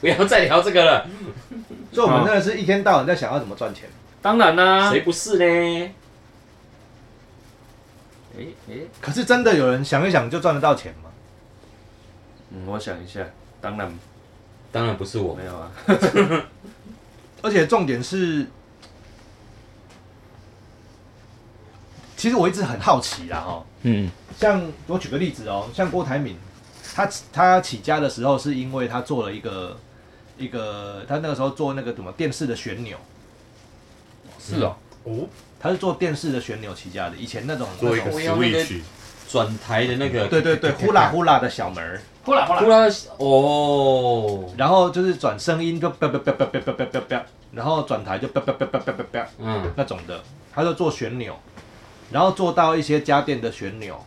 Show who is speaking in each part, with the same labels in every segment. Speaker 1: 不要再聊这个了，
Speaker 2: 所以我们真的是一天到晚在想要怎么赚钱。
Speaker 3: 当然啦、
Speaker 1: 谁不是呢？
Speaker 3: 诶诶，
Speaker 2: 可是真的有人想一想就赚得到钱吗？
Speaker 3: 嗯，我想一下，当然
Speaker 1: 当然不是我们
Speaker 3: 没，有啊。
Speaker 2: 而且重点是，其实我一直很好奇啦，哦，
Speaker 1: 嗯，
Speaker 2: 像我举个例子哦，像郭台铭，他他起家的时候是因为他做了一个一个，他那个时候做那个什么电视的旋钮，
Speaker 3: 是哦，
Speaker 4: 哦，
Speaker 2: 他是做电视的旋钮起家的，以前那种
Speaker 4: 做一
Speaker 2: 那
Speaker 4: 个
Speaker 2: 种
Speaker 1: 我要那个
Speaker 4: switch，
Speaker 1: 转台的那个，
Speaker 2: 对对对，呼啦呼啦的小门儿，
Speaker 3: 呼啦呼
Speaker 1: 呼
Speaker 3: 啦，
Speaker 1: 啦哦，
Speaker 2: 然后就是转声音就叭叭叭叭叭叭叭叭叭，然后转台就叭叭叭叭叭叭叭
Speaker 1: 嗯，
Speaker 2: 那种的，他就做旋钮，然后做到一些家电的旋钮，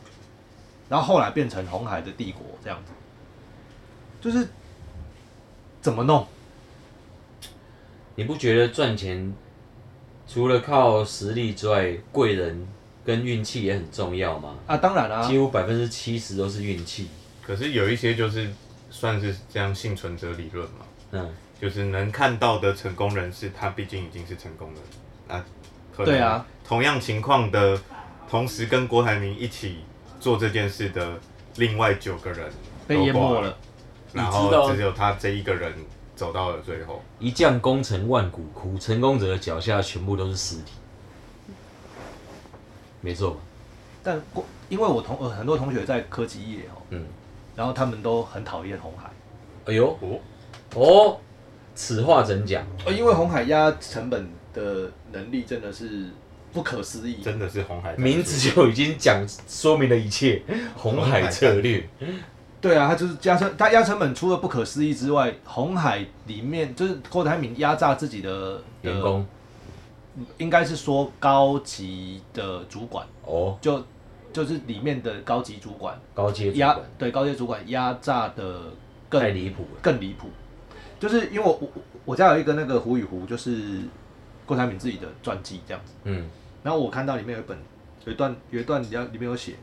Speaker 2: 然后后来变成红海的帝国这样子，就是怎么弄？
Speaker 1: 你不觉得赚钱除了靠实力之外，贵人跟运气也很重要吗？
Speaker 2: 啊，当然啊
Speaker 1: 几，乎百分之七十都是运气。
Speaker 4: 可是有一些就是算是这样幸存者理论嘛，
Speaker 1: 嗯，
Speaker 4: 就是能看到的成功人士，他毕竟已经是成功的人，那可能
Speaker 2: 对啊，
Speaker 4: 同样情况的，同时跟郭台铭一起做这件事的另外九个人
Speaker 2: 被淹没了，，
Speaker 4: 然
Speaker 3: 你知道
Speaker 4: 后只有他这一个人走到了最后。
Speaker 1: 一将功成万骨枯，成功者的脚下全部都是尸体。没错吧？
Speaker 2: 但过因为我同呃很多同学在科技业哦，
Speaker 1: 嗯，
Speaker 2: 然后他们都很讨厌红海，
Speaker 1: 哎呦，
Speaker 4: 哦，
Speaker 1: 哦，此话怎讲？
Speaker 2: 呃，因为红海压成本的能力真的是不可思议，
Speaker 4: 真的是红海战术
Speaker 1: 名字就已经讲说明了一切，红海策略。
Speaker 2: 对啊，他就是加成，他压成本除了不可思议之外，红海里面就是郭台铭压榨自己的的
Speaker 1: 员工
Speaker 2: 应该是说高级的主管，
Speaker 1: 哦，
Speaker 2: 就就是里面的高级主管
Speaker 1: 高阶主
Speaker 2: 压
Speaker 1: 管
Speaker 2: 对高阶主管压榨的
Speaker 1: 太
Speaker 2: 更
Speaker 1: 离谱了。
Speaker 2: 更离谱，就是因为我我我家有一个那个胡与胡，就是郭台铭自己的传记这样子，
Speaker 1: 嗯，
Speaker 2: 然后我看到里面有一本有一段有一段里面里面有写，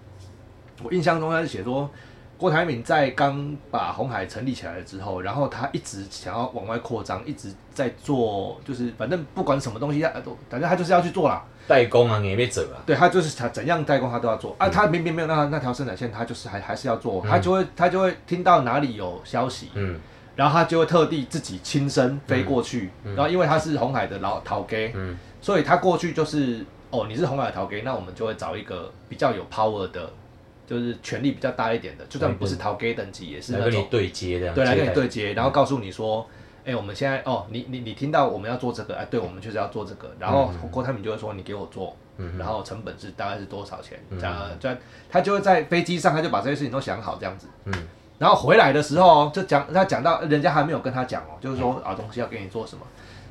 Speaker 2: 我印象中他是写说。郭台铭在刚把红海成立起来了之后，然后他一直想要往外扩张，一直在做，就是反正不管什么东西，他都反正他就是要去做啦。
Speaker 1: 代工啊，也没走啊。
Speaker 2: 对他就是他怎样代工他都要做
Speaker 1: 嗯
Speaker 2: 啊，他明明没有那那条生产线，他就是还还是要做，他就会他就会听到哪里有消息，
Speaker 1: 嗯
Speaker 2: 然后他就会特地自己亲身飞过去，然后因为他是红海的老陶给，
Speaker 1: 嗯
Speaker 2: 所以他过去就是哦你是红海的陶给，那我们就会找一个比较有 power 的，就是权力比较大一点的，就算不是陶给等级也是
Speaker 1: 来
Speaker 2: 那
Speaker 1: 跟你
Speaker 2: 种
Speaker 1: 对接这样。
Speaker 2: 对来跟你
Speaker 1: 接待
Speaker 2: 对接，然后告诉你说。
Speaker 1: 嗯
Speaker 2: 哎、我们现在哦，你你你听到我们要做这个，哎、对，我们确实要做这个。然后郭台铭就会说，你给我做，
Speaker 1: 嗯
Speaker 2: 然后成本是大概是多少钱？这样，这样他就会在飞机上，他就把这些事情都想好这样子。
Speaker 1: 嗯，
Speaker 2: 然后回来的时候就讲，他讲到人家还没有跟他讲哦，就
Speaker 1: 嗯
Speaker 2: 是说啊东西要给你做什么，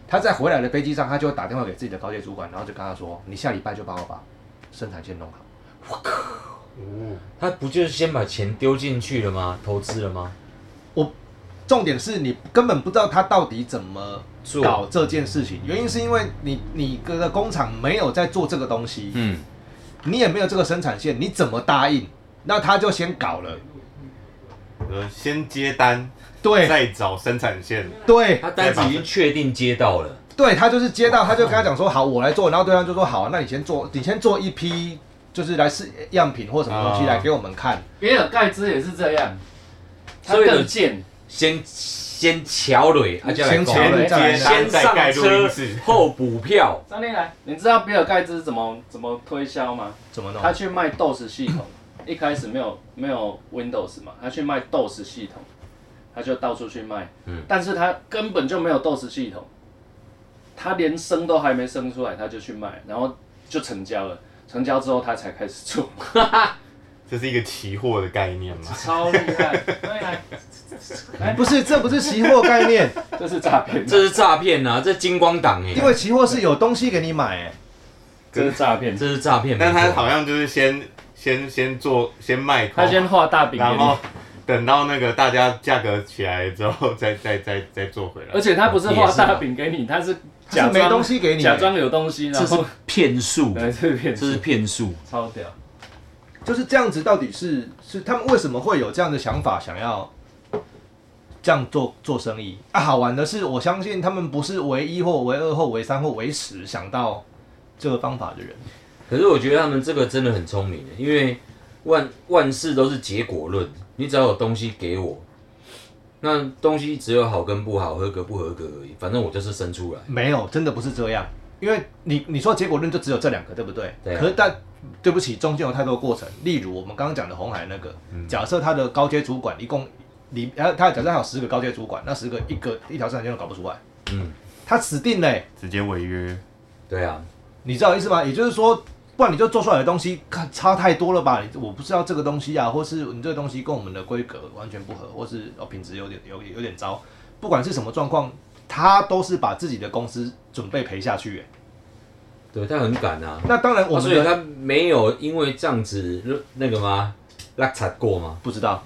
Speaker 2: 他在回来的飞机上，他就会打电话给自己的高阶主管，然后就跟他说，你下礼拜就帮我把生产线弄好。
Speaker 4: 哦，
Speaker 1: 他不就是先把钱丢进去了吗？投资了吗？
Speaker 2: 重点是你根本不知道他到底怎么
Speaker 1: 做
Speaker 2: 搞这件事情，原因是因为你你的工厂没有在做这个东西，
Speaker 1: 嗯，
Speaker 2: 你也没有这个生产线，你怎么答应？那他就先搞了，
Speaker 4: 呃，先接单，
Speaker 2: 对
Speaker 4: 再找生产线，
Speaker 2: 对，
Speaker 1: 他单子已经确定接到了。
Speaker 2: 对他就是接到，他就跟他讲说好，我来做，然后对方就说好啊、那你先做，你先做一批，就是来试样品或什么东西
Speaker 4: 啊
Speaker 2: 来给我们看。
Speaker 3: 比尔盖茨也是这样，他
Speaker 1: 所以
Speaker 3: 更
Speaker 1: 呢
Speaker 3: 贱，
Speaker 1: 先先桥蕊，啊，再来
Speaker 2: 先
Speaker 1: 搞
Speaker 2: 桥
Speaker 4: 先
Speaker 2: 蕊
Speaker 4: 接
Speaker 2: 再来
Speaker 4: 单，
Speaker 1: 先
Speaker 4: 再盖
Speaker 1: 上
Speaker 4: 录音
Speaker 1: 车
Speaker 4: 室。
Speaker 1: 后补 票，
Speaker 3: 张天来，你知道比尔盖茨怎么怎么推销吗？
Speaker 2: 怎么弄？
Speaker 3: 他去卖 DOS 系统，一开始没有没有 Windows 嘛，他去卖 DOS 系统，他就到处去卖，
Speaker 1: 嗯
Speaker 3: 但是他根本就没有 DOS 系统，他连生都还没生出来，他就去卖，然后就成交了。成交之后，他才开始做，
Speaker 4: 这是一个期货的概念嘛？
Speaker 3: 超厉害！ 对啊，
Speaker 2: 不是，这不是期货概念，
Speaker 3: 这是诈骗，
Speaker 1: 这是诈骗呐，这金光党哎，
Speaker 2: 因为期货是有东西给你买、哎，
Speaker 3: 这是诈骗。
Speaker 1: 这是诈骗，
Speaker 4: 但
Speaker 1: 没
Speaker 4: 他
Speaker 1: 错
Speaker 4: 好像就是先先先做先卖空，
Speaker 3: 他先画大饼给
Speaker 4: 然
Speaker 3: 你，
Speaker 4: 后等到那个大家价格起来之后， 再再再再做回来
Speaker 3: 而。且他不是画大饼给你，他是假
Speaker 2: 是
Speaker 3: 装
Speaker 2: 没东西给你、
Speaker 3: 假装有东西，然
Speaker 1: 这是
Speaker 3: 后
Speaker 1: 骗术，
Speaker 3: 对，这是骗
Speaker 1: 这
Speaker 3: 子，
Speaker 1: 是骗术，
Speaker 3: 超屌。
Speaker 2: 就是这样子。到底是是他们为什么会有这样的想法，想要这样做做生意啊。好玩的是，我相信他们不是唯一或唯二或唯三或唯十想到这个方法的人。
Speaker 1: 可是我觉得他们这个真的很聪明的，欸因为万万事都是结果论，你只要有东西给我，那东西只有好跟不好，合格不合格而已，反正我就是生出来。
Speaker 2: 没有，真的不是这样，因为你你说结果论就只有这两个，对不对？
Speaker 1: 对啊
Speaker 2: 可是但对不起，中间有太多过程。例如我们刚刚讲的红海那个，
Speaker 1: 嗯
Speaker 2: 假设他的高阶主管一共里，呃，他假设他有十个高阶主管，那十个一个一条生产线都搞不出来，
Speaker 1: 嗯，
Speaker 2: 他死定欸嘞、
Speaker 4: 直接违约，
Speaker 1: 对啊，
Speaker 2: 你知道我意思吗？也就是说，不然你就做出来的东西看差太多了吧？你我不知道这个东西啊，或是你这个东西跟我们的规格完全不合，或是哦品质有点有有点糟。不管是什么状况，他都是把自己的公司准备赔下去耶。
Speaker 1: 对他很敢啊，
Speaker 2: 那当然，我
Speaker 1: 啊
Speaker 2: 们
Speaker 1: 所以
Speaker 2: 的、
Speaker 1: 他没有因为这样子那个吗？拉扯过吗？
Speaker 2: 不知道。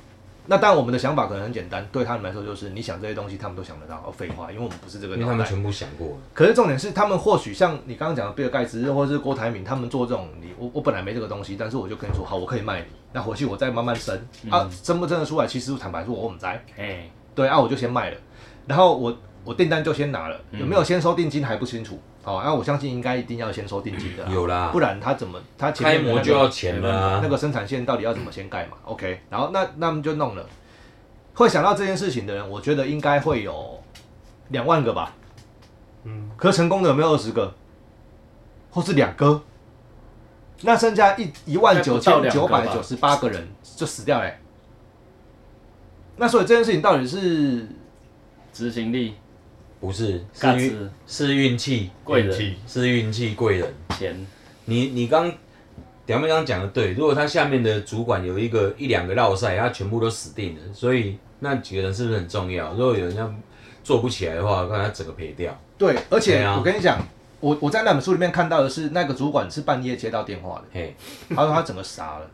Speaker 2: 那当然，我们的想法可能很简单，对他们来说就是你想这些东西，他们都想得到。哦，废话，因为我们不是这个
Speaker 1: 因为
Speaker 2: 年
Speaker 1: 他们
Speaker 2: 代。
Speaker 1: 全部想过了。
Speaker 2: 可是重点是，他们或许像你刚刚讲的比尔盖茨或者是郭台铭，他们做这种，你我我本来没这个东西，但是我就跟你说，好，我可以卖你，那回去我再慢慢生、啊，生不生得出来，其实坦白说我很在，
Speaker 3: 哎，
Speaker 2: 对啊，我就先卖了，然后我我订单就先拿了，有没有先收定金还不清楚，好、那、我相信应该一定要先收定金的啦，
Speaker 1: 有啦
Speaker 2: 啊不，然他怎么他前
Speaker 1: 啊开
Speaker 2: 面的
Speaker 1: 模
Speaker 2: 那
Speaker 1: 就
Speaker 2: 个
Speaker 1: 要钱了啊
Speaker 2: 那。个生产线到底要怎么先盖嘛？OK，然后那那他们就弄了。会想到这件事情的人，我觉得应该会有两万个吧。
Speaker 4: 嗯，
Speaker 2: 可成功的有没有二十个，或是两个？那剩下一一万九
Speaker 3: 应
Speaker 2: 千
Speaker 3: 该
Speaker 2: 九
Speaker 3: 不到
Speaker 2: 百
Speaker 3: 两个
Speaker 2: 九
Speaker 3: 吧
Speaker 2: 十八个人就死掉嘞、欸那所以这件事情到底是
Speaker 3: 执行力、
Speaker 1: 不是，是
Speaker 3: 价
Speaker 1: 运
Speaker 3: 值、
Speaker 1: 是运气，
Speaker 3: 贵
Speaker 4: 运
Speaker 3: 人、
Speaker 4: 气
Speaker 1: 是运气贵人。
Speaker 3: 钱，
Speaker 1: 你你刚表妹刚讲的对，如果他下面的主管有一个一两个落赛，他全部都死定了，所以那几个人是不是很重要？如果有人要做不起来的话，看他整个赔掉。
Speaker 2: 对？而且
Speaker 1: 对啊
Speaker 2: 我跟你讲，我我在那本书里面看到的是，那个主管是半夜接到电话
Speaker 1: 嘿，
Speaker 2: 的，他说他整个傻了。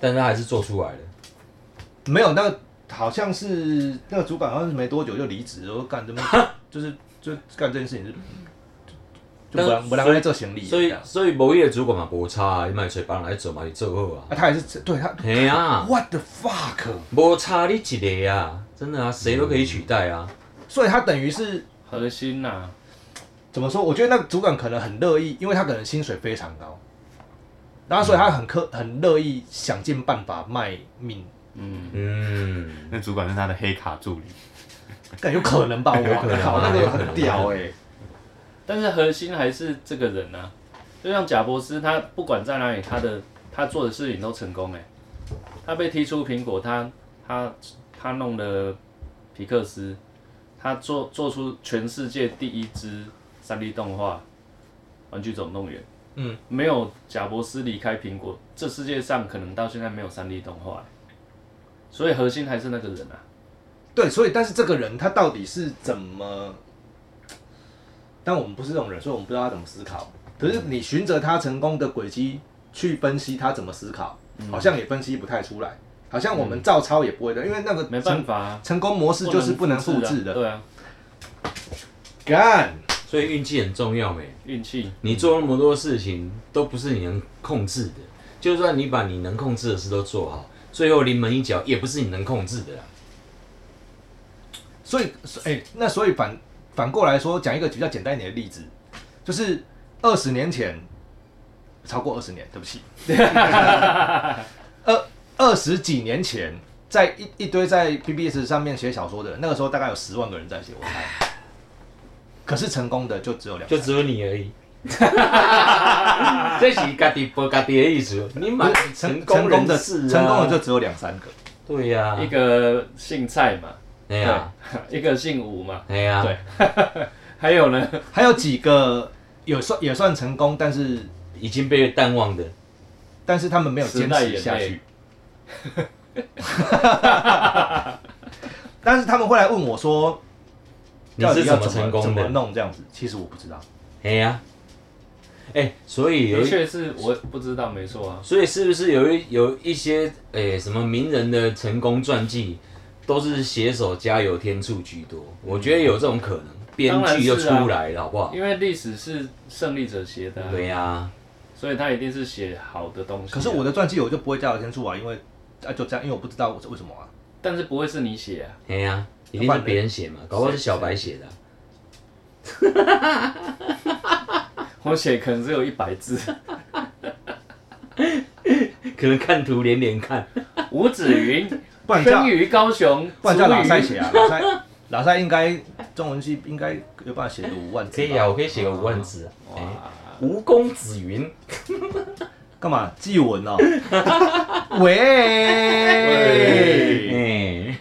Speaker 1: 但是他还是做出来了。
Speaker 2: 没有，那个好像是那个主管，好像是没多久就离职，然后干这么 就是就干这件事情是，就不
Speaker 1: 但
Speaker 2: 让不让他做行李，
Speaker 1: 所以所以某一个主管嘛，无差啊，你买吹帮人来做嘛，你做好
Speaker 2: 啊，
Speaker 1: 啊。
Speaker 2: 他还是对他
Speaker 1: 嘿啊，
Speaker 2: ，what the fuck，
Speaker 1: 无差你一个啊，真的啊，谁都可以取代啊。
Speaker 2: 所以他等于是
Speaker 3: 核心呐，
Speaker 2: 怎么说？我觉得那个主管可能很乐意，因为他可能薪水非常高，然后所以他很刻很乐意想尽办法卖命，
Speaker 3: 嗯，
Speaker 1: 嗯，
Speaker 4: 那主管是他的黑卡助理，
Speaker 2: 但有可能吧？
Speaker 1: 可能
Speaker 2: 我
Speaker 1: 啊
Speaker 2: 靠，那
Speaker 1: 有
Speaker 2: 个
Speaker 1: 可能啊
Speaker 2: 很屌哎，
Speaker 3: 但是核心还是这个人啊，就像贾伯斯，他不管在哪里，他的他做的事情都成功哎、他被踢出苹果，他他他弄了皮克斯，他做做出全世界第一支三 D 动画《玩具总动员》。
Speaker 2: 嗯，
Speaker 3: 没有贾伯斯离开苹果，这世界上可能到现在没有三 D 动画欸、所以核心还是那个人啊。
Speaker 2: 对，所以但是这个人他到底是怎么？但我们不是这种人，所以我们不知道他怎么思考。可是你循着他成功的轨迹去分析他怎么思考，好像也分析不太出来，好像我们照抄也不会的，因为那个
Speaker 3: 没
Speaker 2: 成
Speaker 3: 办法、啊，
Speaker 2: 成功模式呃就是不能复制
Speaker 3: 啊
Speaker 2: 的。
Speaker 3: 对啊，
Speaker 2: 干，
Speaker 1: 所以运气很重要没？
Speaker 3: 运气。
Speaker 1: 你做那么多事情都不是你能控制的，就算你把你能控制的事都做好，最后临门一脚也不是你能控制的啦。
Speaker 2: 所以所哎、那所以反反过来说，讲一个比较简单一点的例子，就是二十年前，超过二十年，对不起， 二二十几年前，在一一堆在 BBS 上面写小说的人，那个时候大概有十万个人在写，我猜。可是成功的就只有两
Speaker 1: 就
Speaker 2: 三，
Speaker 1: 只有你而已。 这是家己不家己的意思，你
Speaker 2: 不
Speaker 1: 蛮
Speaker 2: 是
Speaker 1: 成
Speaker 2: 成
Speaker 1: 功
Speaker 2: 功的
Speaker 1: 人士啊，
Speaker 2: 成功的就只有两三个。
Speaker 1: 对呀、
Speaker 3: 一个姓蔡嘛，
Speaker 1: 哎呀，
Speaker 3: 一个姓吴嘛，
Speaker 1: 哎呀，
Speaker 2: 对
Speaker 3: 还有呢，
Speaker 2: 还有几个有算也算成功，但是
Speaker 1: 已经被淡忘的，
Speaker 2: 但是他们没有坚持下
Speaker 3: 时代眼
Speaker 2: 去。但是他们会来问我说，
Speaker 1: 你
Speaker 2: 到
Speaker 1: 是
Speaker 2: 底要
Speaker 1: 怎
Speaker 2: 怎
Speaker 1: 么成
Speaker 2: 怎
Speaker 1: 功
Speaker 2: 么
Speaker 1: 的？
Speaker 2: 弄这样子？其实我不知道。
Speaker 1: 哎呀，哎、所以有
Speaker 3: 的
Speaker 1: 一，
Speaker 3: 确是我不知道，没错啊，
Speaker 1: 所以是不是有一有一些哎、什么名人的成功传记，都是写手加油添醋居多？我觉得有这种可能，编
Speaker 3: 当然
Speaker 1: 剧就是
Speaker 3: 啊
Speaker 1: 出来了，好不好？
Speaker 3: 因为历史是胜利者写的、啊，
Speaker 1: 对呀、
Speaker 3: 所以他一定是写好的东西啊、
Speaker 2: 可是我
Speaker 3: 的，
Speaker 2: 的传记我就不会加油添醋啊，因为啊就这样，因为我不知道我是为什么啊。
Speaker 3: 但是不会是你写啊，
Speaker 1: 哎呀、一定是别人写嘛，搞不好是小白写的啊、
Speaker 3: 我写可能只有一百 字，
Speaker 1: 可能看图连连看。
Speaker 3: 吴子云
Speaker 2: 不然叫
Speaker 3: 生于高雄，
Speaker 2: 不然叫拉塞
Speaker 3: 族
Speaker 2: 写啊， 拉塞拉塞应该中文系应该有办法写个五万字
Speaker 1: 可
Speaker 2: 吧。
Speaker 1: 以啊，我可以写个五万字啊。哎
Speaker 2: 哇，
Speaker 1: 吴公子云，
Speaker 2: 干嘛？祭文哦。喂，
Speaker 1: 哎，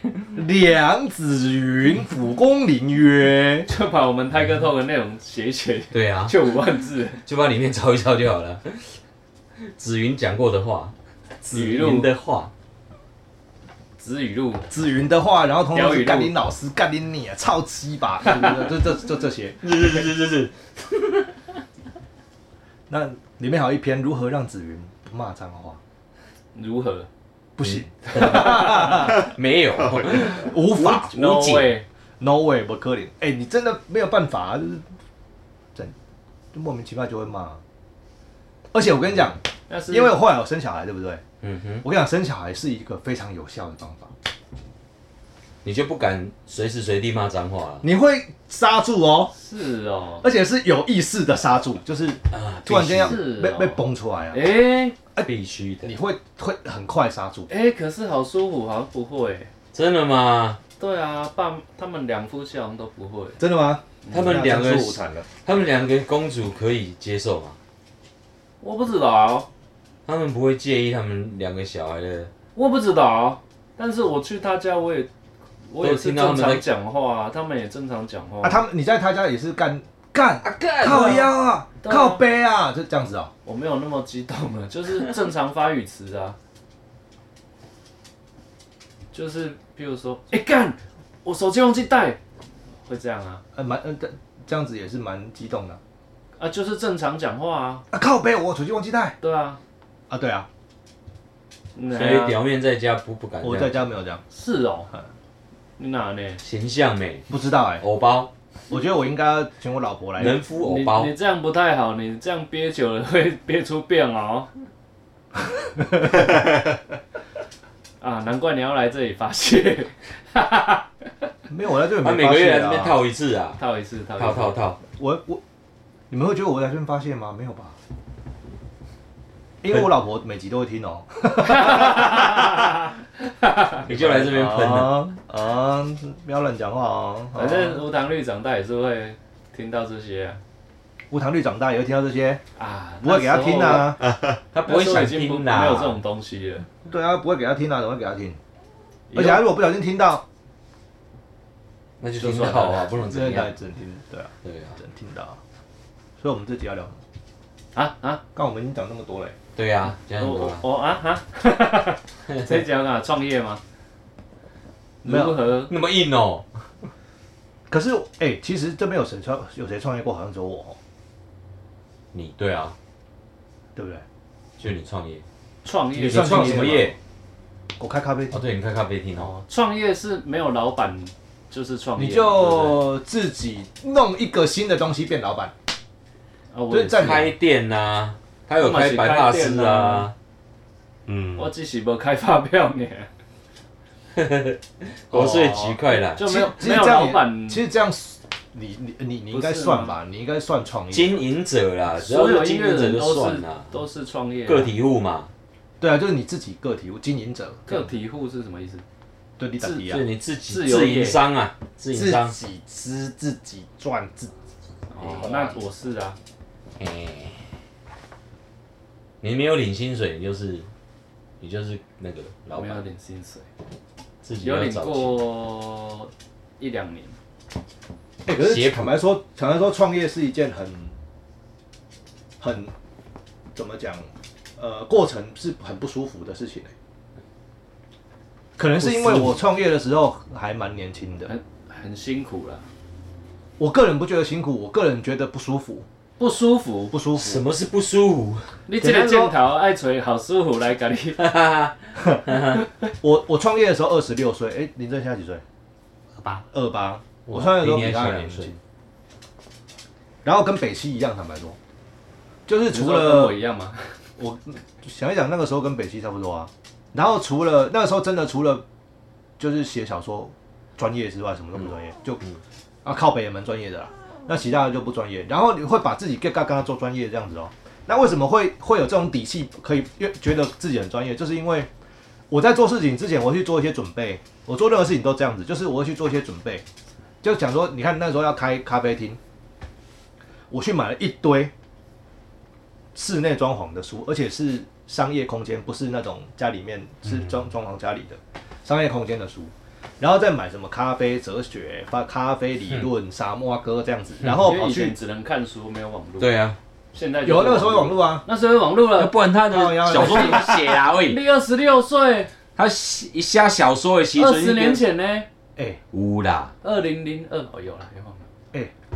Speaker 2: 梁子云，卜公麟曰
Speaker 3: 语，就把我们泰哥透的内容写一写，
Speaker 1: 对啊，
Speaker 3: 就五万字，
Speaker 1: 就把里面抄一抄就好了。子云讲过的话，子
Speaker 3: 语录
Speaker 1: 云的话，
Speaker 3: 子语录，
Speaker 2: 子云的话，然后通常
Speaker 3: 聊语
Speaker 2: 是
Speaker 3: 录
Speaker 2: 干你老师，干你你，啊操鸡吧，就这就这些。
Speaker 1: 是是是是是，
Speaker 2: 那里面还有一篇如何让子云不骂脏话，
Speaker 3: 如何
Speaker 2: 不行，
Speaker 1: 没 有，
Speaker 2: 无法
Speaker 3: ？No
Speaker 1: 解
Speaker 3: way，
Speaker 2: ，no way，不可能。哎、你真的没有办法、啊，就是真就莫名其妙就会骂。而且我跟你讲，
Speaker 3: 那是
Speaker 2: 因为我后来我生小孩，对不对？
Speaker 1: 嗯哼，
Speaker 2: 我跟你讲，生小孩是一个非常有效的方法。
Speaker 1: 你就不敢随时随地骂脏话了
Speaker 2: 你会刹住哦，
Speaker 3: 是哦，
Speaker 2: 而且是有意识的刹住，就是
Speaker 1: 啊！
Speaker 2: 突然间要
Speaker 1: 必须
Speaker 3: 是
Speaker 2: 被
Speaker 3: 哦
Speaker 2: 被崩出来啊，
Speaker 3: 哎
Speaker 1: 必须的
Speaker 2: 你，会会很快刹住。
Speaker 3: 哎，可是好舒服，好像不会。
Speaker 1: 真的吗？
Speaker 3: 对啊，爸他们两夫妻好像都不会，
Speaker 2: 真的吗？
Speaker 1: 他们两个
Speaker 2: 那这样说我惨了，
Speaker 1: 他们两个公主可以接受吗？
Speaker 3: 我不知道，啊
Speaker 1: 他们不会介意他们两个小孩的，
Speaker 3: 我不知道，啊但是我去他家，我也我也
Speaker 1: 都
Speaker 3: 是
Speaker 1: 听到他
Speaker 3: 正
Speaker 1: 们在
Speaker 3: 常讲话啊，他们也正常讲话
Speaker 2: 啊，他们你在他家也是干干
Speaker 1: 干
Speaker 2: 靠腰啊，
Speaker 3: 对啊
Speaker 2: 靠背啊，就这样子哦。
Speaker 3: 我没有那么激动了，就是正常发语词啊，就是比如说，哎、干，我手机忘记带，会这样啊，
Speaker 2: 呃，蛮呃，这这样子也是蛮激动的
Speaker 3: 啊，就是正常讲话啊，
Speaker 2: 啊。靠背，我手机忘记带
Speaker 3: 对啊，
Speaker 2: 啊。对啊，
Speaker 3: 嗯
Speaker 1: 所
Speaker 3: 哎呀
Speaker 1: 以表面在家不不敢
Speaker 2: 我
Speaker 1: 哎这
Speaker 2: 在
Speaker 1: 样，
Speaker 2: 家没有这样，
Speaker 3: 是哦，你哪呢？
Speaker 1: 形象美，
Speaker 2: 不知道哎、
Speaker 1: 偶包，
Speaker 2: 我觉得我应该要请我老婆来。
Speaker 1: 人夫偶包
Speaker 3: 你你，这样不太好，你这样憋久了会 憋出病哦。 啊，难怪你要来这里发泄，
Speaker 2: 没有，我在这里
Speaker 1: 他
Speaker 2: 没
Speaker 1: 每
Speaker 2: 发
Speaker 1: 个
Speaker 2: 泄
Speaker 1: 月来
Speaker 2: 啊
Speaker 1: 这边套一次啊，
Speaker 3: 套一次，套一
Speaker 1: 套
Speaker 3: 次，
Speaker 1: 套套，
Speaker 2: 我我，你们会觉得我在这边发泄吗？没有吧？因为我老婆每集都会听哦、
Speaker 1: 你就来这边喷了，
Speaker 2: 啊啊！不要乱讲话哦、啊。
Speaker 3: 反正无糖绿长大也是会听到这些啊。
Speaker 2: 无糖绿长大也会听到这些，
Speaker 3: 啊
Speaker 2: 不会给他听。啊。
Speaker 1: 他
Speaker 3: 那时
Speaker 1: 不
Speaker 3: 候
Speaker 1: 会
Speaker 3: 那时候
Speaker 1: 想
Speaker 3: 已经不
Speaker 1: 听
Speaker 3: 没有这
Speaker 1: 啦，
Speaker 3: 种东西了。
Speaker 2: 对啊，不会给他听啊，怎么会给他听？而且他如果不小心听到，
Speaker 1: 那就听到啊，不能
Speaker 2: 真
Speaker 1: 怎
Speaker 2: 的
Speaker 1: 样，
Speaker 2: 只能听，对啊，
Speaker 1: 对啊
Speaker 2: 只，能听到。所以我们这集要聊什么？
Speaker 3: 啊啊，
Speaker 2: 刚我们已经讲那么多嘞、欸
Speaker 1: 对啊，这样很多
Speaker 3: 我
Speaker 1: 啊
Speaker 3: 我啊 哈，这讲啊创业吗？
Speaker 2: 没有
Speaker 3: 如何？
Speaker 1: 那么硬哦，
Speaker 2: 可是哎、其实这边有谁创有谁创业过，好像只有我、哦，
Speaker 1: 你对啊，
Speaker 2: 对不对？
Speaker 1: 就你创业，
Speaker 3: 创业
Speaker 1: 你
Speaker 2: 算
Speaker 1: 创
Speaker 2: 业
Speaker 1: 什么
Speaker 2: 吗
Speaker 1: 业？
Speaker 2: 我开咖啡
Speaker 1: 哦，
Speaker 2: 厅，
Speaker 1: 对，你开咖啡厅哦，
Speaker 3: 哦，创业是没有老板就是创业，
Speaker 2: 你
Speaker 3: 对不对
Speaker 2: 就自己弄一个新的东西变老板，
Speaker 3: 啊，我
Speaker 2: 就
Speaker 3: 也
Speaker 2: 是在
Speaker 1: 开
Speaker 2: 你
Speaker 1: 店啊呐，他有
Speaker 3: 他嘛
Speaker 1: 开
Speaker 3: 是
Speaker 1: 白
Speaker 3: 开
Speaker 1: 发
Speaker 3: 店
Speaker 1: 师
Speaker 3: 啊
Speaker 1: 啊。
Speaker 4: 嗯，
Speaker 3: 我只是没开发票呢，
Speaker 1: 国税局快来，
Speaker 3: 就没有
Speaker 2: 其
Speaker 3: 没
Speaker 2: 实
Speaker 3: 有
Speaker 2: 这样
Speaker 3: 老
Speaker 2: 也
Speaker 3: 板，
Speaker 2: 其实这样你你你你应该
Speaker 3: 不是啊吗
Speaker 2: 算吧，你应该算创业。
Speaker 1: 经营者啦，只要
Speaker 3: 所有
Speaker 1: 是
Speaker 3: 音
Speaker 1: 经
Speaker 3: 乐
Speaker 1: 营者
Speaker 3: 人
Speaker 1: 就
Speaker 3: 都
Speaker 1: 算
Speaker 3: 是
Speaker 1: 啦，
Speaker 3: 都是创业啊
Speaker 1: 个体户嘛，
Speaker 2: 对啊，就是你自己个体经营者，
Speaker 3: 个体户是什么意思？
Speaker 2: 对你咋地
Speaker 1: 就
Speaker 2: 啊
Speaker 1: 是？你自己
Speaker 3: 自由
Speaker 1: 自
Speaker 3: 业
Speaker 1: 营商啊，自营商
Speaker 2: 自，己吃自己赚自己。
Speaker 3: 哦，那我是啊，
Speaker 1: 哎，你没有领薪水，你就是你就是那个老
Speaker 3: 我没有
Speaker 1: 板，
Speaker 3: 领薪水，
Speaker 1: 自己
Speaker 3: 有
Speaker 1: 要
Speaker 3: 领
Speaker 1: 找钱，
Speaker 3: 过一两年，
Speaker 2: 哎，可是
Speaker 1: 斜谱
Speaker 2: 坦白说，坦白说，创业是一件很很怎么讲？呃，过程是很不舒服的事情、欸、可能是因为我创业的时候还蛮年轻的，
Speaker 3: 很很辛苦了，
Speaker 2: 我个人不觉得辛苦，我个人觉得不舒服，
Speaker 3: 不舒服。
Speaker 2: 不舒
Speaker 1: 什
Speaker 2: 服。
Speaker 1: 么是不舒服？
Speaker 3: 你这个镜头爱吹好舒服来给你，
Speaker 2: 我我创业的时候二十六岁，哎、林正现在几岁？
Speaker 1: 吧，
Speaker 2: 二八，
Speaker 1: 哇
Speaker 2: 我创业的时候比
Speaker 1: 比你
Speaker 2: 他
Speaker 1: 还
Speaker 2: 还
Speaker 1: 小
Speaker 2: 年
Speaker 1: 两岁
Speaker 2: 轻。然后跟北西一样，坦白说，就是除
Speaker 3: 你说跟
Speaker 2: 了
Speaker 3: 我一样吗？
Speaker 2: 我想一想，那个时候跟北西差不多啊。然后除了那个时候真的除了就是写小说，专业之外，什么都不专业，就啊靠北也蛮专业的啦。那其他的就不专业，然后你会把自己给刚刚做专业这样子哦。那为什么会会有这种底气，可以越觉得自己很专业，就是因为我在做事情之前，我会去做一些准备。我做任何事情都这样子，就是我会去做一些准备。就讲说，你看那时候要开咖啡厅，我去买了一堆室内装潢的书，而且是商业空间，不是那种家里面是装装潢家里的商业空间的书，然后再买什么咖啡哲学、发咖啡理论、沙漠哥这样子，然后
Speaker 3: 嗯因为
Speaker 2: 哦跑
Speaker 3: 以前
Speaker 2: 去
Speaker 3: 只能看书，没有网络。，
Speaker 1: 对啊，
Speaker 3: 现在就是
Speaker 2: 有那个时候有网，络啊，
Speaker 3: 那时候有网络
Speaker 1: 那
Speaker 3: 了。
Speaker 1: 呃不然他的
Speaker 2: 靠腰
Speaker 1: 小说怎么写啊？喂，
Speaker 3: 你二十六岁，
Speaker 1: 他写一下小说的时
Speaker 3: 二
Speaker 1: 候
Speaker 3: 十年前呢？
Speaker 2: 哎、
Speaker 1: 有啦，
Speaker 3: 二零零二哦，有了，有网络。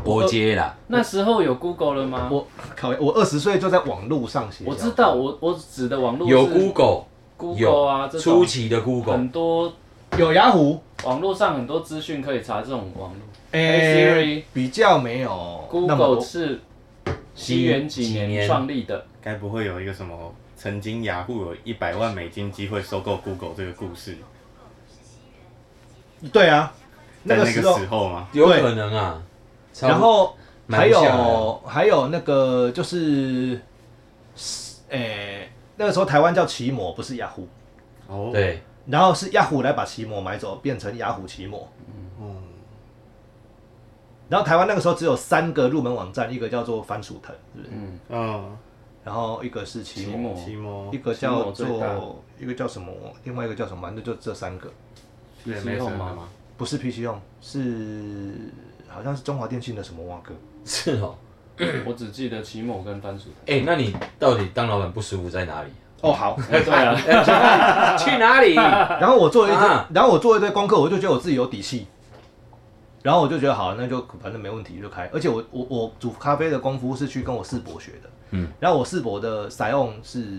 Speaker 1: 波接啦，
Speaker 3: 那时候有 Google 了吗？
Speaker 2: 我靠，我二十岁就在网络上写小说，
Speaker 3: 我知道，我我指的网络
Speaker 1: 有
Speaker 3: 是
Speaker 1: Google，有
Speaker 3: Google 啊，这种
Speaker 1: 初期的 Google，
Speaker 3: 很多
Speaker 2: 有雅虎，
Speaker 3: 网络上很多资讯可以查，这种网络
Speaker 2: 哎、
Speaker 3: Hey Siri
Speaker 2: 比较没有那么
Speaker 3: Google
Speaker 2: 多
Speaker 3: 是西元几
Speaker 1: 几
Speaker 3: 年
Speaker 1: 年
Speaker 3: 创立的，
Speaker 4: 该不会有一个什么曾经雅虎有一百万美金机会收购 Google 这个故事，
Speaker 2: 对啊，
Speaker 4: 在
Speaker 2: 那
Speaker 4: 那
Speaker 2: 个
Speaker 4: 个
Speaker 2: 时候，
Speaker 4: 时候吗？
Speaker 1: 有可能啊。差不
Speaker 2: 然
Speaker 1: 多
Speaker 2: 后还
Speaker 1: 蛮像的
Speaker 2: 有还有那个就是，哎、那个时候台湾叫奇摩，不是雅虎，
Speaker 4: 哦，，
Speaker 1: 对，
Speaker 2: 然后是雅虎来把奇摩买走，变成雅虎奇摩。
Speaker 4: 嗯，
Speaker 2: 然后台湾那个时候只有三个入门网站，一个叫做番薯藤，是不是？
Speaker 3: 嗯，
Speaker 4: 嗯，
Speaker 2: 然后一个是奇
Speaker 3: 奇
Speaker 2: 摩，
Speaker 3: 摩
Speaker 4: 期末
Speaker 2: 一个
Speaker 3: 奇摩
Speaker 2: 叫
Speaker 3: 最大
Speaker 2: 做一个叫什么，另外一个叫什么，反正就这三个，
Speaker 4: 对
Speaker 3: PC
Speaker 4: 没什
Speaker 3: 用
Speaker 4: 么
Speaker 3: 吗
Speaker 4: 吗？
Speaker 2: 不是 PC 用，是好像是中华电信的什么蛙哥。
Speaker 1: 是哦。
Speaker 3: 我只记得奇摩跟番薯藤。
Speaker 1: 哎、那你到底当老板不舒服在 哪里？
Speaker 2: 哦，好。
Speaker 3: 哎 对啊，
Speaker 1: 去哪里？
Speaker 2: 然后我做了一堆，
Speaker 1: 啊
Speaker 2: 然后我做了一堆功课，我就觉得我自己有底气。然后我就觉得好，那就反正没问题就开。而且我我我煮咖啡的功夫是去跟我世博学的，
Speaker 1: 嗯，
Speaker 2: 然后我世博的 s i o n 是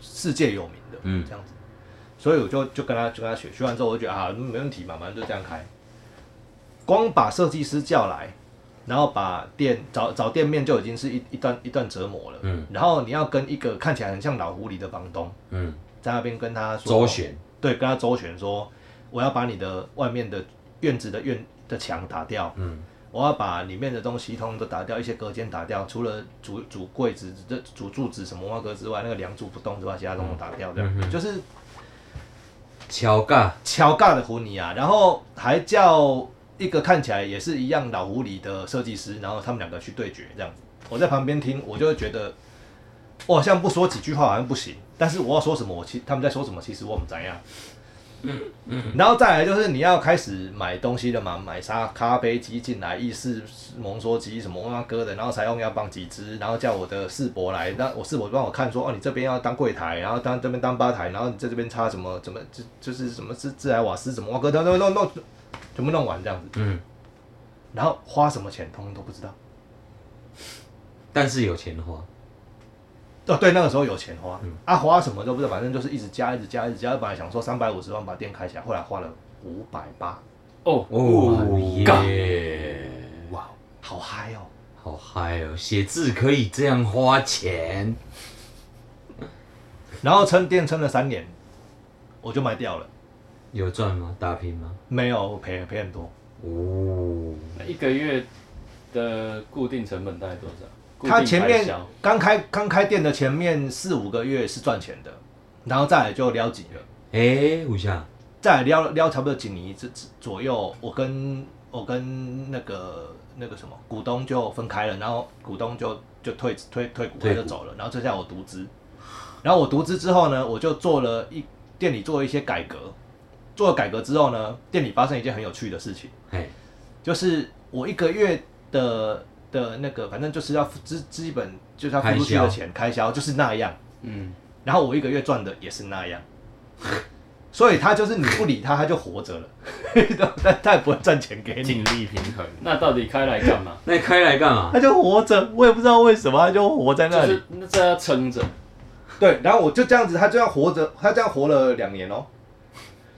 Speaker 2: 世界有名的，
Speaker 1: 嗯
Speaker 2: 这样子，所以我就就跟他就跟他学，学完之后我就觉得啊没问题嘛，反正就这样开。光把设计师叫来，然后把店找找店面就已经是一一段一段折磨了，
Speaker 1: 嗯，
Speaker 2: 然后你要跟一个看起来很像老狐狸的房东
Speaker 1: 嗯，
Speaker 2: 在那边跟他说
Speaker 1: 周旋，
Speaker 2: 对，跟他周旋说，我要把你的外面的院子的院的墙打掉，
Speaker 1: 嗯，
Speaker 2: 我要把里面的东西通通都打掉，一些隔间打掉，除了主主柜子、这主柱子什么挖格之外，那个梁柱不动之外，其他东西都打掉，这样、
Speaker 1: 嗯嗯嗯
Speaker 2: 就是
Speaker 1: 敲尬，
Speaker 2: 敲尬的胡尼啊，然后还叫一个看起来也是一样老狐狸的设计师，然后他们两个去对决这样子。我在旁边听，我就会觉得我好像不说几句话好像不行，但是我要说什么，我其他们在说什么，其实我们怎样。然后再来就是你要开始买东西了嘛，买啥咖啡机进来，意式浓缩机什么哇哥的，然后才用要帮几支，然后叫我的世博来，那我世博帮我看说，哦，你这边要当柜台，然后当这边当吧台，然后你在这边插什么怎么就就是什么自自来瓦斯什么哇哥，都都弄弄全部弄完这样子，
Speaker 1: 嗯，
Speaker 2: 然后花什么钱通通都不知道。
Speaker 1: 但是有钱花，
Speaker 2: 哦，对，那个时候有钱花，啊，花什么都不知道，反正就是一直加，一直加，一直加。本来想说三百五十万把店开起来，后来花了五百八，
Speaker 3: 哦，
Speaker 1: 哦
Speaker 3: 尬
Speaker 1: 耶，
Speaker 2: 哇，好嗨哦！
Speaker 1: 好嗨哦！写字可以这样花钱，
Speaker 2: 然后撑店撑了三年，我就卖掉了，
Speaker 1: 有赚吗？打拼吗？
Speaker 2: 没有赔赔很多。
Speaker 1: 哦，
Speaker 3: 那一个月的固定成本大概多少？固
Speaker 2: 他
Speaker 3: 定
Speaker 2: 前
Speaker 3: 开
Speaker 2: 面
Speaker 3: 销
Speaker 2: 刚开刚开店的前面四五个月是赚钱的，然后再来就撩紧了，
Speaker 1: 哎，吴夏，
Speaker 2: 再来撩撩差不多几年这这左右，我跟我跟那个那个什么股东就分开了，然后股东就就退退退股，
Speaker 1: 退
Speaker 2: 他
Speaker 1: 股
Speaker 2: 就走了，然后剩下我独资。然后我独资之后呢，我就做了一店里做了一些改革，做了改革之后呢，店里发生一件很有趣的事情。
Speaker 1: 嘿，
Speaker 2: 就是我一个月的的那个，反正就是要付资基本就是要付
Speaker 1: 开
Speaker 2: 出去
Speaker 1: 销
Speaker 2: 的钱开销就是那样，
Speaker 3: 嗯，
Speaker 2: 然后我一个月赚的也是那样， 所以他就是你不理他，他就活着了， 但他也不会赚钱给你，
Speaker 4: 尽力平衡，
Speaker 3: 那到底开来干嘛？
Speaker 1: 那你开来干嘛？
Speaker 2: 他就活着，我也不知道为什么他就活 在
Speaker 3: 就
Speaker 2: 那里。
Speaker 3: 是那这要撑着，
Speaker 2: 对，然后我就这样子，他这样活着，他这样活了两年哦，